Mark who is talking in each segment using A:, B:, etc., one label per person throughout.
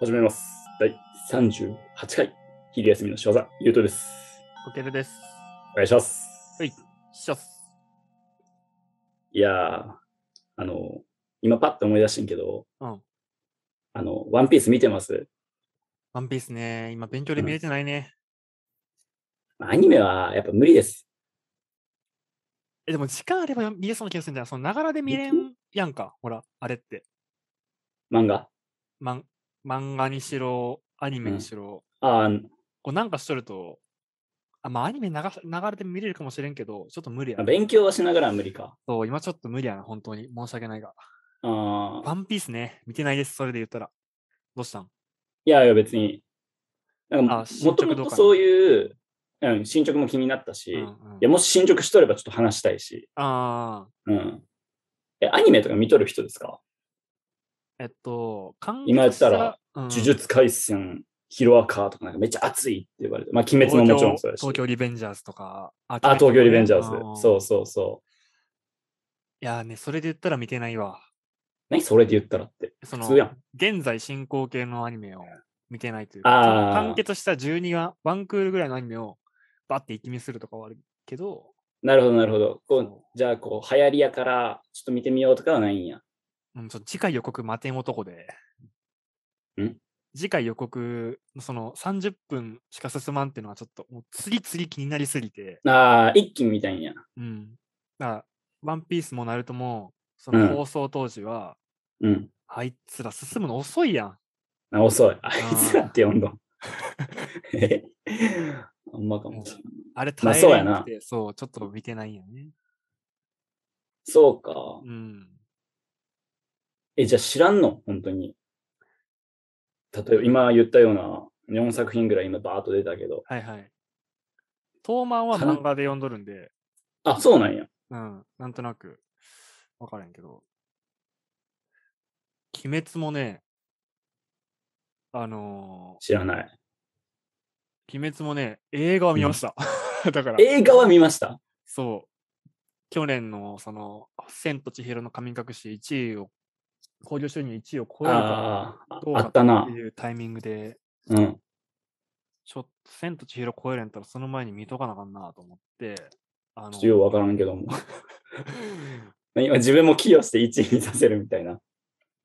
A: 始めます。第38回、昼休みの仕業、ゆうとです。
B: コケルです。
A: お願いします。
B: はいしょっす。
A: いやー、あの、今パッと思い出してんけど、
B: うん
A: あの、ワンピース見てます
B: ワンピースね、今勉強で見れてないね。
A: アニメはやっぱ無理です。
B: え、でも時間あれば見れそうな気がするんだよ。その、ながらで見れんやんか。ほら、あれって。
A: 漫画。
B: まん漫画にしろ、アニメにしろ。
A: あー
B: こうなんかしとると、あ、まあアニメ流しながらで見れるかもしれんけど、ちょっと無理や
A: あ、
B: な。
A: 勉強はしながらは無理か。
B: そう、今ちょっと無理やな、本当に。申し訳ないが。
A: あー
B: ワンピースね、見てないです。それで言ったら。どうしたん
A: いやいや、別に。なんか
B: あ進
A: もと
B: 捗
A: も
B: どう
A: と
B: かな
A: そういう、うん、進捗も気になったし、
B: うんう
A: い
B: ん
A: や、もし進捗しとればちょっと話したいし、
B: ああ、
A: うん。え、アニメとか見とる人ですか、
B: えっと、完
A: 今やったら
B: 結した、うん
A: 呪術廻戦、ヒロアカとかなんかめっちゃ熱いって言われて、まあ、鬼滅ももちろんそうだし。
B: 東京東京リベンジャーズとか。あ、
A: あ、東京リベンジャーズ。そうう。そうそう。
B: いやーね、それで言ったら見てないわ。
A: 何それで言ったらって。
B: そ
A: 普
B: の
A: 通やん。
B: 現在進行形のアニメを見てないという
A: あー
B: その完結した12話、ワンクールぐらいのアニメをバッて一気見するとかはあるけど、
A: なるほど、なるほど。こう
B: そ
A: じゃあ、こう、流行りやから、ちょっと見てみようとかはないんや。
B: うん、ちょっと次回予告待てん男で、
A: ん
B: 次回予告、その30分しか進まんっていうのはちょっと、もう次々気になりすぎて、
A: ああ、一気に見たいんや。
B: うん。だから、ワンピースもナルトも、そうの
A: ん
B: 放送当時は、
A: うん。
B: あいつら進むの遅いやん。
A: あ遅い。あいつらって呼ん どん。えあんまかもしれない。
B: あれ
A: まあ
B: 耐えれ
A: そうやな
B: なくて、そう、ちょっと見てないよね。
A: そうか。
B: うん。
A: え、じゃあ知らんの本当に。例えば、今言ったような4作品ぐらい今バーッと出たけど。
B: はいはい。東漫は
A: かな
B: 漫画で読んどるんで、
A: あ、そうなんや。
B: うん、なんとなく分からへんけど。鬼滅もね、あの
A: 知らない。
B: ー鬼滅もね、映画を見ました。 だから、
A: 映画は見ました。
B: そう。去年の、その、千と千尋の神隠し1位を、興行収入1位を超えるか
A: ああ
B: どう
A: あ
B: か
A: ったな
B: って。いうタイミングで、
A: うん。
B: ちょっと、千と千尋超えれんやったら、その前に見とかなあかんなと思って、
A: ち
B: あ
A: ょ
B: の
A: っとようわ からんけども。 今自分も寄与して1位にさせるみたいな。
B: い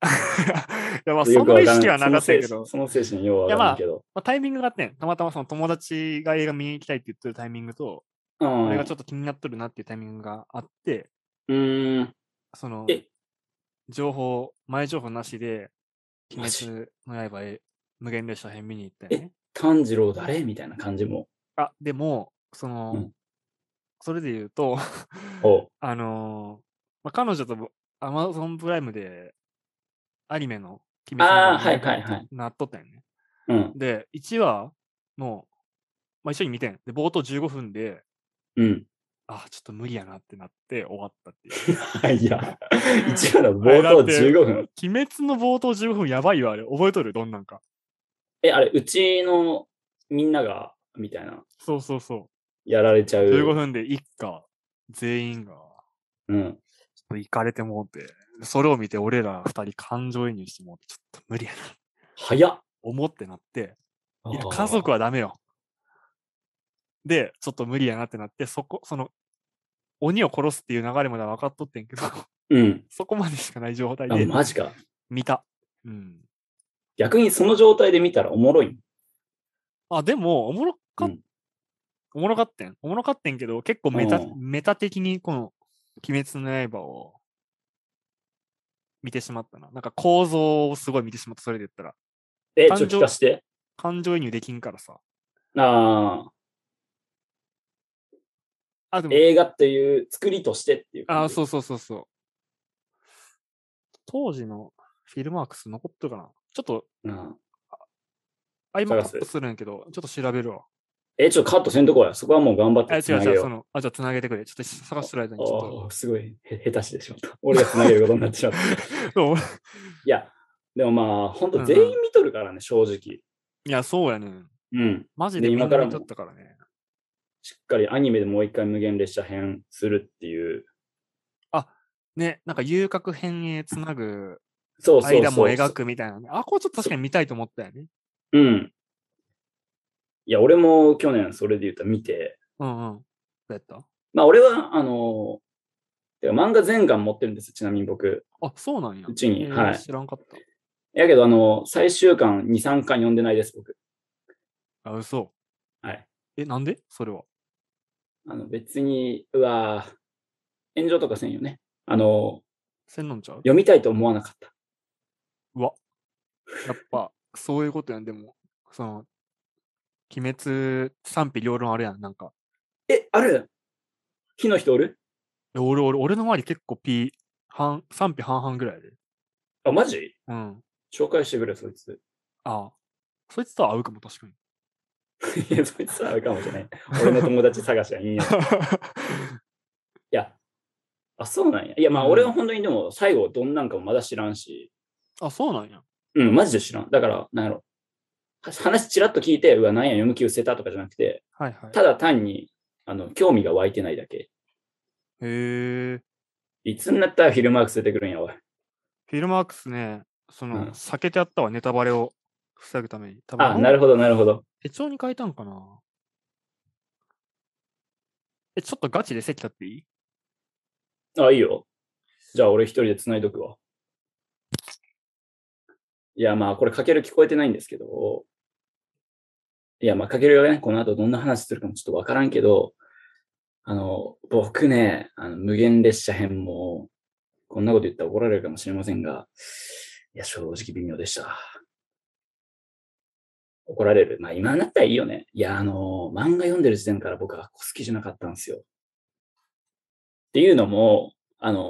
B: やま
A: よ
B: あそ
A: くわ
B: の
A: か
B: 意
A: らん
B: 識はなかったけ
A: その
B: ど、
A: 精神その精神ようわからんけど。
B: まあ、タイミングがあってん、たまたまその友達が映画見に行きたいって言ってるタイミングと、
A: うん
B: 俺がちょっと気になっとるなっていうタイミングがあって、
A: うーん。
B: その
A: え、
B: 情報、前情報なしで、
A: マ
B: 鬼
A: ジ
B: 滅の刃へ無限列車編見に行ったよね。
A: 炭治郎誰みたいな感じも。
B: あ、でも、その、
A: うん
B: それで言うと、
A: おう
B: あのーまあ、彼女とぼ Amazon プライムでアニメの鬼
A: ああ
B: 滅の刃
A: はいはいはい
B: なっとったよね。
A: うん。
B: で、1話の、まあ、一緒に見てん。で、冒頭15分で、
A: うん。
B: あー、ちょっと無理やなってなって終わったっていう。
A: い や、一話の 冒頭15分。
B: 鬼滅の冒頭15分やばいよ、あれ。覚えとるどんなんか。
A: え、あれ、うちのみんなが、みたいな、
B: そうそうそ
A: やられちゃう。
B: う。15分で一家、全員が、ちょ
A: うん。
B: っと行かれてもうて、それを見て俺ら二人感情移入してもうて、ちょっと無理やな。
A: 早っ。
B: 思ってなって、いや、
A: あー
B: 家族はダメよ。で、ちょっと無理やなってなって、そこ、その、鬼を殺すっていう流れまでは分かっとってんけど、
A: うん。
B: そこまでしかない状態
A: あ、
B: で
A: マジか。
B: 見た。うん。
A: 逆にその状態で見たらおもろい。
B: あ、でも、おもろかっ、
A: うん
B: おもろかってん。おもろかってんけど、結構メタ、
A: うん
B: メタ的にこの、鬼滅の刃を見てしまったな。なんか構造をすごい見てしまった、それで言ったら。
A: え、ちょ
B: 感
A: っ
B: 情
A: と聞かして。
B: 感情移入できんからさ。
A: ああ、
B: あ、でも、
A: 映画っていう作りとしてっていう感じ。
B: あー、そうそうそうそう。当時のフィルマークス残っとるかなちょっと、
A: うん。
B: あ、今
A: 探
B: カ
A: す
B: ットするんやけど、ちょっと調べるわ。
A: え、ちょっとカットせんとこや。そこはもう頑張っ
B: あ、違
A: てつ
B: う
A: なげ
B: 違う、
A: よ。
B: そうの、あ、じゃあ繋げてくれ。ちょっと探してる間にちょっと。
A: おーすごいへ下手してしまった。俺がつなげることになってし まった。い
B: そう
A: や、でもまあ、本
B: うんう
A: 当
B: ん
A: 全員見とるからね、正直。
B: いや、そうやねん。
A: うん。
B: マジ
A: で
B: でみん
A: 今
B: な
A: から
B: 見と
A: も
B: ったからね。
A: しっかりアニメでもう一回無限列車編するっていう。
B: ね、なんか遊郭編へつなぐ
A: そうそうそう
B: 間も描くみたいなね。あ、これちょっと確かに見たいと思ったよね。
A: うん。いや、俺も去年それで言ったら見て、
B: うんうん。どうやった
A: まあ俺は、あの、てか漫画全巻持ってるんです、ちなみに僕。
B: あ、そうなんや。
A: うちに
B: えー
A: はい
B: 知らんかっ
A: やけど、あの、最終巻2、3巻読んでないです、僕。
B: た。あ、嘘。
A: はい。
B: え、なんでそれは。
A: あの、別に、うわぁ炎上とかせんよね。あの、
B: せんのんちゃう
A: 読みたいと思わなかった。
B: うわ。やっぱ、そういうことやん。でも、その、鬼滅賛否両論あるやん。なんか、
A: え、ある火の人おる
B: え俺、俺、俺の周り結構 P、半、賛否半々ぐらいやで。
A: あ、マジ
B: うん。
A: 紹介してくれ、そいつ。
B: あそいつとは合うかも、確かに。
A: いや、そいつはあるかもしれない。俺の友達探しはいいんや。い や、あ、そうなんや。いや、まあ、
B: うん
A: 俺は本当にでも、最後、どんなんかもまだ知らんし、
B: あ、そうなんや。
A: うん、マジで知らん。だから、なんやろ。は話ちらっと聞いて、うわ、なんや、読む気失せたとかじゃなくて、
B: はいはい。
A: ただ単に、あの、興味が湧いてないだけ。
B: へえ。
A: いつになったらフィルマークス出てくるんや、おい。
B: フィルマークスね、その、
A: うん
B: 避けてあったわ、ネタバレを防ぐために。多分
A: あ、なるほど、なるほど。
B: 手帳に変えたんかなえ、ちょっとガチで席立っていい
A: あ、いいよ。じゃあ俺一人で繋いどくわ。いや、まあこれかける聞こえてないんですけど、いや、まあかけるがね、この後どんな話するかもちょっとわからんけど、あの、僕ね、あの無限列車編も、こんなこと言ったら怒られるかもしれませんが、いや、正直微妙でした。怒られる。まあ今になったらいいよね。いや、あの、漫画読んでる時点から僕は好きじゃなかったんですよ。っていうのも、あの、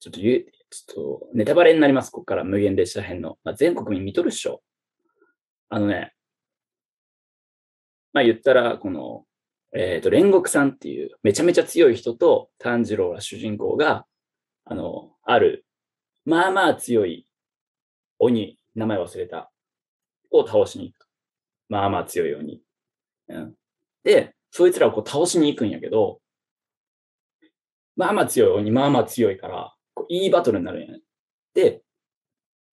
A: ちょっと言う、ちょっとネタバレになります、ここから無限列車編の。まあ、全国民見とるっしょ。あのね、まあ言ったら、この、えっ、と、煉獄さんっていうめちゃめちゃ強い人と炭治郎ら主人公が、あの、ある、まあまあ強い鬼、名前忘れた、を倒しに行くと。まあまあ強い鬼。うん。で、そいつらをこう倒しに行くんやけど、まあまあ強い鬼、まあまあ強いから、こういいバトルになるんやね。で、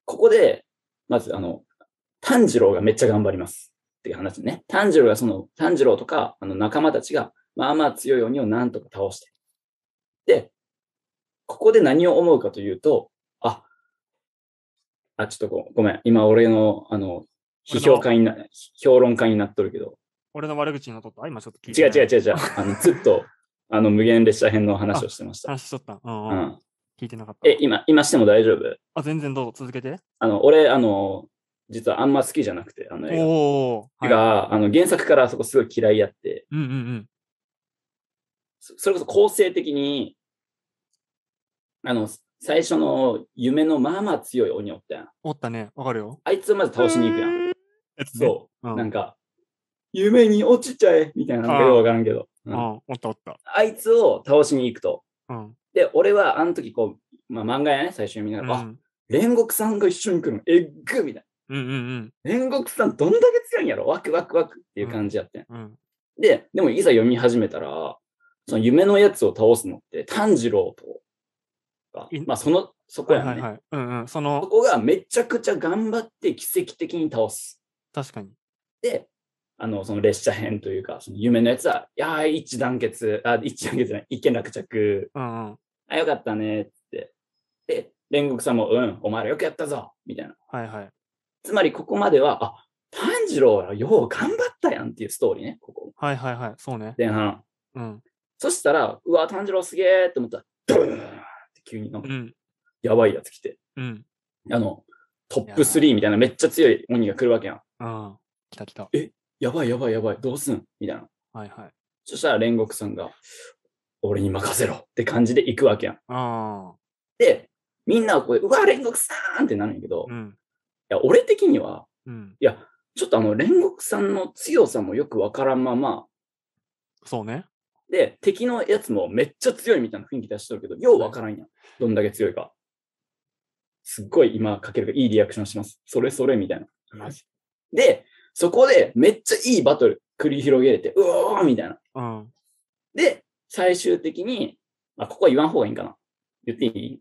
A: ここで、まずあの、炭治郎がめっちゃ頑張ります。っていう話ね。炭治郎がその、炭治郎とか、あの仲間たちが、まあまあ強い鬼をなんとか倒して。で、ここで何を思うかというと、あ、あ、ちょっとごごめん。今俺の、あの、批評家にな、評論家になっとるけど、
B: 俺の悪口にのっとった。あ今ちょっと聞いて
A: 違う
B: ない。
A: 違う違う違う。あの、ずっと、あの、無限列車編の話をしてました。
B: 話しとった。うん、
A: う
B: うん。
A: ん。
B: 聞いてなかった。
A: え、今、今しても大丈夫
B: あ、全然どうぞ、続けて。
A: あの、俺、あの、実はあんま好きじゃなくて、あの映
B: おお、
A: 画。
B: はい
A: が、あの、原作からあそこすごい嫌いやって、
B: うんうんうん。
A: そそれこそ構成的に、あの、最初の夢のまあまあ強い鬼おったやん。
B: おったね。わかるよ。
A: あいつをまず倒しに行くやん。
B: やつね
A: そうう。
B: ん。
A: なんか、夢に落ちちゃえみたいなのがよくわからんけど、う
B: うんん、おったおった。
A: あいつを倒しに行くと。
B: うん。
A: で、俺はあの時こう、まあ、漫画やね、最初に見な
B: う
A: が
B: ん、
A: ら、あ、煉獄さんが一緒に来るの、えっぐみたい
B: うんうん
A: な。煉獄さんどんだけ強いんやろワクワクワクっていう感じやってん。
B: うん。うん。
A: で、でもいざ読み始めたら、その夢のやつを倒すのって炭治郎とか
B: い、
A: まあその、そこ
B: はい
A: やね。
B: はいはい。うんうん。そ
A: そ
B: の、
A: こがめちゃくちゃ頑張って奇跡的に倒す。
B: 確かに。
A: で、あの、その列車編というか、その夢のやつは、いやー、一致団結、あ、一致団結じゃない、一件落着、
B: うんうん。
A: あ、よかったねって。で、煉獄さんも、うん、お前らよくやったぞみたいな。
B: はいはい。
A: つまりここまでは、あ、炭治郎はよう頑張ったやんっていうストーリーね、ここ。
B: はいはいはい。そうね。
A: 前半。
B: うん。
A: そしたら、うわ、炭治郎すげえって思ったら、ドーンって急になん
B: う
A: か
B: ん。
A: やばいやつ来て、
B: うん。
A: あの、トップ3みたいなめっちゃ強い鬼が来るわけやん。
B: うん。来た来た。
A: やばいやばいやばい、どうすんみたいな。
B: はいはい。
A: そしたら煉獄さんが、俺に任せろって感じで行くわけやん。
B: ああ。
A: で、みんなはこう、うわ、煉獄さんってなるんやけど、
B: う
A: い
B: ん。
A: や、俺的には、
B: うん。
A: いや、ちょっとあの、煉獄さんの強さもよくわからんまま、
B: そうね。
A: で、敵のやつもめっちゃ強いみたいな雰囲気出しとるけど、ようわからんやん。どんだけ強いか。すっごい今かけるがいいリアクションします。それそれみたいな。
B: マジ
A: で、そこでめっちゃいいバトル繰り広げれて、うおーみたいな。
B: うん。
A: で、最終的に、あ、ここは言わん方がいいんかな。言っていい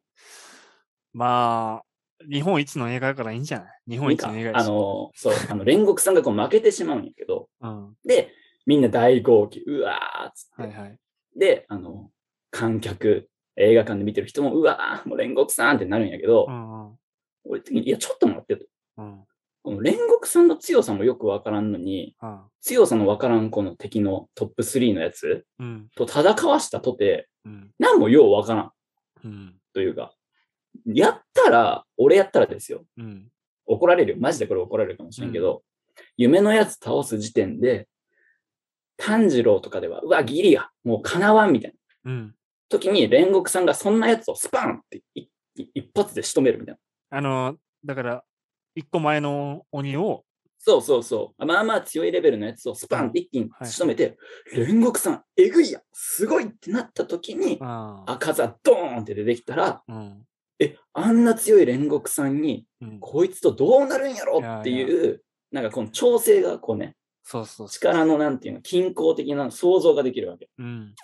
B: まあ、日本一の映画だからいいんじゃない日本
A: なん
B: 一
A: か
B: の映画
A: あ
B: やし。
A: の、そう、あの、煉獄さんがこう負けてしまうんやけど、
B: うん。は
A: で、みんな大号泣、うわーっつって、
B: いはい。
A: で、あの、観客、映画館で見てる人も、うわー、もう煉獄さんってなるんやけど、
B: うんうん。
A: 俺的に、いや、ちょっと待ってと。
B: うん。
A: この煉獄さんの強さもよくわからんのに、
B: うん
A: 強さのわからんこの敵のトップ3のやつ
B: うん。
A: と戦わしたとて、
B: うん。
A: なんもようわからん
B: うん。
A: というか、やったら、俺やったらですよ。
B: うん。
A: 怒られるよ。マジでこれ怒られるかもしれんけど、夢のやつ倒す時点で、炭治郎とかでは、うわ、ギリや、もう叶わんみたいな
B: うん。
A: 時に煉獄さんがそんなやつをスパンって一一一発で仕留めるみたいな。
B: あの、だから、一個前の鬼を、
A: そうそうそう。まあまあ強いレベルのやつをスパンって一気に
B: はい
A: 仕留めて、煉獄さん、えぐいや、すごいってなった時に、
B: あ
A: 赤座ドーンって出てきたら、
B: うん。
A: え、あんな強い煉獄さんに、
B: うん。
A: こいつとどうなるんやろっていう、なんかこの調整がこうね、
B: そうそうそ
A: 力のなんていうの、均衡的な想像ができるわけ。
B: う。うん。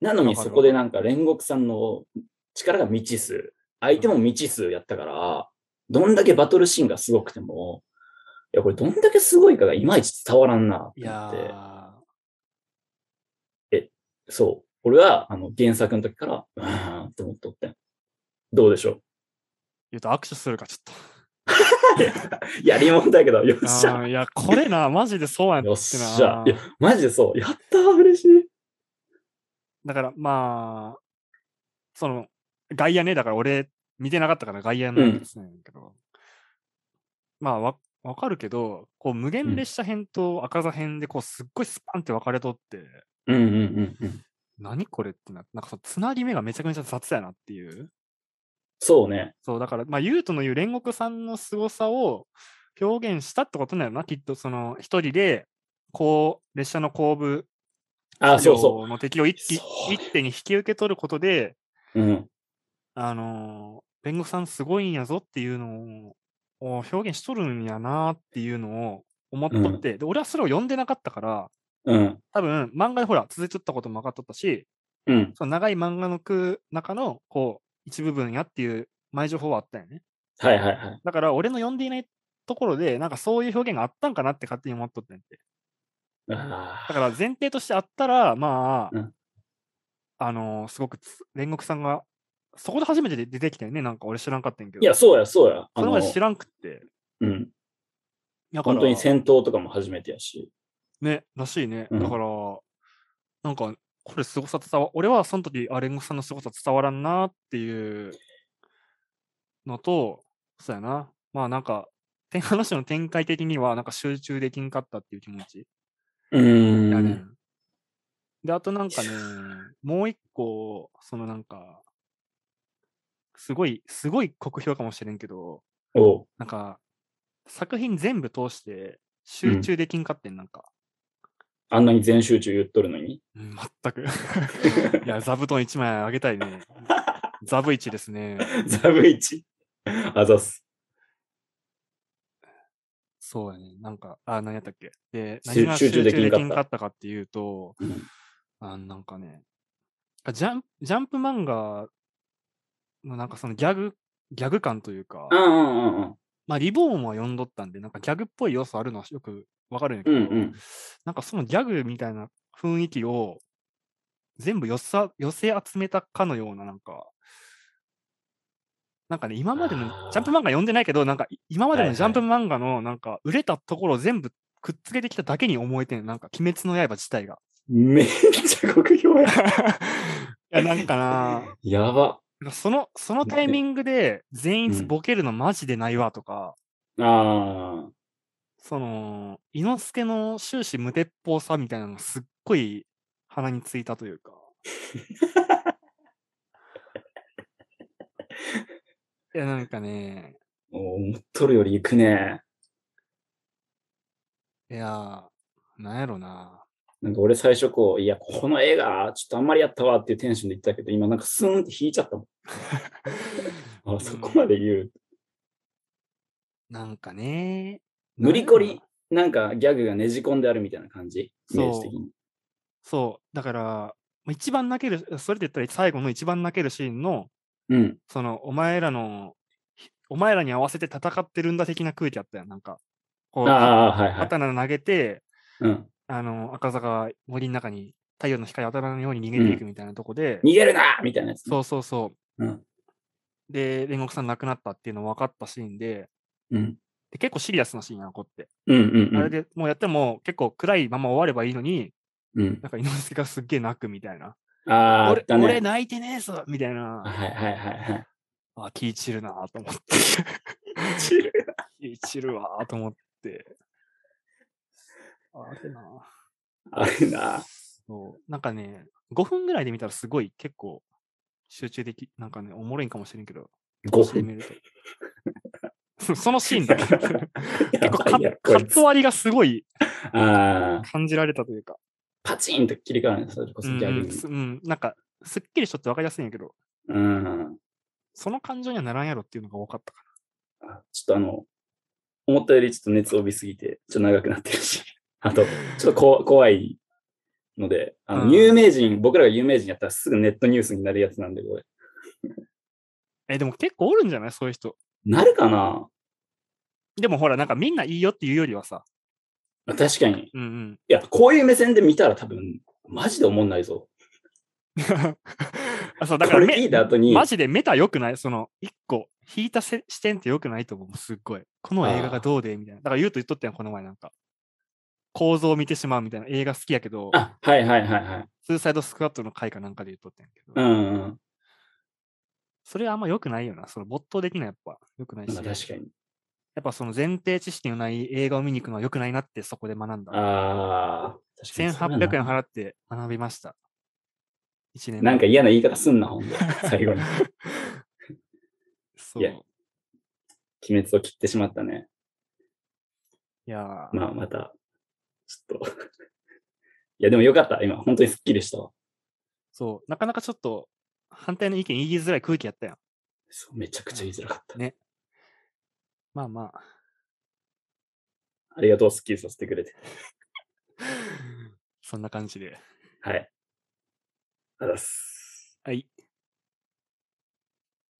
A: なのに
B: わかる
A: そこでなんか煉獄さんの力が未知数、相手も未知数やったから、どんだけバトルシーンがすごくても、いや、これどんだけすごいかがいまいち伝わらんなと
B: い
A: 思
B: や
A: って、
B: ー
A: そう。俺はあの原作の時から、うーんって思っとって。どうでしょ
B: 言うと握手するか、ちょっと。
A: う やりもんだけど、よっし
B: あ
A: ゃ。
B: ーいや、これな、マジでそうやん
A: よっ
B: ってな。
A: しゃ。いや、マジでそう。やったー、嬉しい。
B: だから、まあ、その、外野ね、だから俺、見てなかったから外野なんですね、けど。まあ、わ、わかるけど、こう、無限列車編と赤座編で、こう、すっごいスパンって分かれとって、
A: うんうんうんうん。
B: 何これってな、なんかその、つなぎ目がめちゃくちゃ雑やなっていう。
A: そうね。
B: そう、だから、まあ、ユートの言う煉獄さんの凄さを表現したってことなよな、きっと、その、一人で、こう、列車の後部、
A: あ、そうそ
B: の敵を一気
A: そう
B: 一手に引き受け取ることで、
A: う。うん。
B: あのー弁護士さんすごいんやぞっていうのをを表現しとるんやなっていうのを思っとって、で俺はそれを読んでなかったから、
A: うん。
B: 多分漫画でほら続いとったことも分かっとったし、
A: うん。
B: その長い漫画の句中のこう一部分やっていう前情報はあったよね。
A: はいはいはい。
B: だから俺の読んでいないところで、なんかそういう表現があったんかなって勝手に思っとってんて。
A: あ
B: だから前提としてあったら、ま
A: う
B: あ、
A: ん
B: あのーすごくつ煉獄さんが、そこで初めて出てきたよね、なんか俺知らんかったんやけ
A: ー
B: ど。
A: いや、そうや、そうや。
B: そ
A: あ
B: れ
A: の
B: まで知らんくって。
A: うん。
B: だから
A: 本当に戦闘とかも初めてやし。
B: ね、らしいね。
A: うん
B: だから、なんか、これ凄さ伝わ、俺はその時、あ、煉獄さんの凄さ伝わらんなっていうのと、そうやな。まあなんか、てん 話の展開的には、なんか集中できんかったっていう気持ち
A: うー
B: やねん。
A: ん。
B: で、あとなんかね、もう一個、そのなんか、すごい、すごい酷評かもしれんけど、
A: おう
B: なんか、作品全部通して集中できんかってん、なんか。
A: あんなに全集中言っとるのに。
B: うん全く。 いや、座布団1枚あげた いね。座布1ですね。
A: ザブイチ。あざっす。
B: そうやね。なんか、あ、何やったっけ。で、
A: 集
B: 何が
A: 集
B: 集
A: 中
B: 中
A: できん
B: で
A: かった
B: きんかったかっていうと、
A: うん
B: あなんかねあジャン、ジャンプ漫画のなんかそのギャグ、ギャグ感というか、
A: うんうんうんうん。
B: まあ、リボーンは読んどったんで、なんかギャグっぽい要素あるのはよくわかるんやけ
A: う
B: ど、
A: んうん。
B: なんかそのギャグみたいな雰囲気を全部寄さ寄せ集めたかのような、なんか、なんかね、今までの
A: あー
B: ジャンプ漫画読んでないけど、なんかい今まで
A: はいは
B: の
A: い
B: ジャンプ漫画のなんか売れたところを全部くっつけてきただけに思えてん、なんか鬼滅の刃自体が。
A: めっちゃ酷評や。
B: いや、なんかな、
A: やば。
B: なんかその、そのタイミングで全
A: う
B: 員
A: ん
B: ボケるのマジでないわとか、
A: ああ。
B: その、伊之助の終始無鉄砲さみたいなのがすっごい鼻についたというか。いや、なんかね、
A: もう思っとるより行くね。
B: いやー、なんやろな。
A: なんか俺最初こう、いや、この映画、ちょっとあんまりやったわっていうテンションで言ったけど、今なんかスーンって引いちゃった もん。あ、そこまで言う。
B: なんかね。
A: 無理こ
B: なん
A: り
B: やろな。、
A: なんかギャグがねじ込んであるみたいな感じ。イメージ的に。
B: そう、だから、まあ一番泣ける、それで言ったら最後の一番泣けるシーンの、
A: うん。
B: その、お前らのお前らに合わせて戦ってるんだ的な空気あったやん、なんか。こう、
A: ああ、はいはい。
B: 刀投げて、
A: うん。
B: あの、赤坂が森の中に太陽の光当たらないように逃げていくみたいなとこで、
A: 逃げるなみたいなやつね。
B: そうそうそう。
A: うん
B: で、煉獄さん亡くなったっていうの分かったシーンで、
A: うん。
B: で結構シリアスなシーンやな、こって。
A: うんうんうん。
B: あれでもうやっても結構暗いまま終わればいいのに、
A: うん。
B: なんか猪之助がすっげえ泣くみたいな。
A: ああ、あっ
B: 俺
A: たね。
B: 俺泣いてねえぞみたいな。
A: はいはいはいはい。
B: あ、気散るなぁと思って。
A: 散る
B: 気散るわぁと思って。あれなぁ
A: あれな。
B: そうなんかね、5分ぐらいで見たらすごい結構集中でき、なんかね、おもろいんかもしれんけど、
A: 5
B: それ
A: 分。
B: 見るとそそのシーンだけ。結
A: や
B: 構
A: ば
B: カ
A: いやろ
B: カ
A: こい
B: ッ
A: つ
B: ト割りがすごい
A: ああ、
B: 感じられたというか、
A: パチンと切り替わるね。それこ
B: う
A: そ
B: ん
A: ギャグ
B: うん
A: に。
B: すうん、なんか、すっきりしとってわかりやすいんやけど、
A: うん。
B: その感情にはならんやろっていうのが多かったか
A: ちょっとあの、思ったよりちょっと熱を帯びすぎて、ちょっと長くなってるし。 あと、ちょっとこ怖いので、あ
B: うん
A: の、有名人、僕らが有名人やったらすぐネットニュースになるやつなんで、これ。
B: な。え、でも結構おるんじゃないそういう人。
A: なるかな
B: でもほら、なんかみんないいよっていうよりはさ、
A: あ確かに。い
B: うんうん。
A: や、こういう目線で見たら多分、マジで思んないぞ。
B: あそうだか
A: これ
B: らめ
A: 聞いた後に、
B: マジでメタ良くないその、一個、引いたせ視点って良くないと思う。すっごい。この映画
A: あ
B: が
A: ー
B: どうでみたいな。だから言うと言っとったやん、この前なんか。構造を見てしまうみたいな映画好きやけど、
A: あ、はいはいはいはい。
B: スーサイドスクワットの回かなんかで言っとったんやけど、
A: うん、うん。
B: それはあんま良くないよな。その没頭できないやっぱ良くないし、
A: まあ確かに。
B: やっぱその前提知識のない映画を見に行くのは良くないなってそこで学んだ。
A: ああ、確かにそうやな
B: 1800円払って学びました。1年
A: なん
B: か
A: か嫌な言い方すんな、 ほんで。最後に。
B: そう。
A: いや
B: い
A: 鬼滅を切ってしまったね。
B: やー
A: まあ、また、ちょっと。いや、でもよかった。今、本当にスッキリしたわ。
B: そう。なかなかちょっと反対の意見言いづらい空気やったやん。
A: そうめちゃくちゃ言いづらかった。
B: ねまあまあ。
A: ありがとう、スッキリさせてくれて。
B: そんな感じで。
A: はい。ありがとうございます。
B: はい。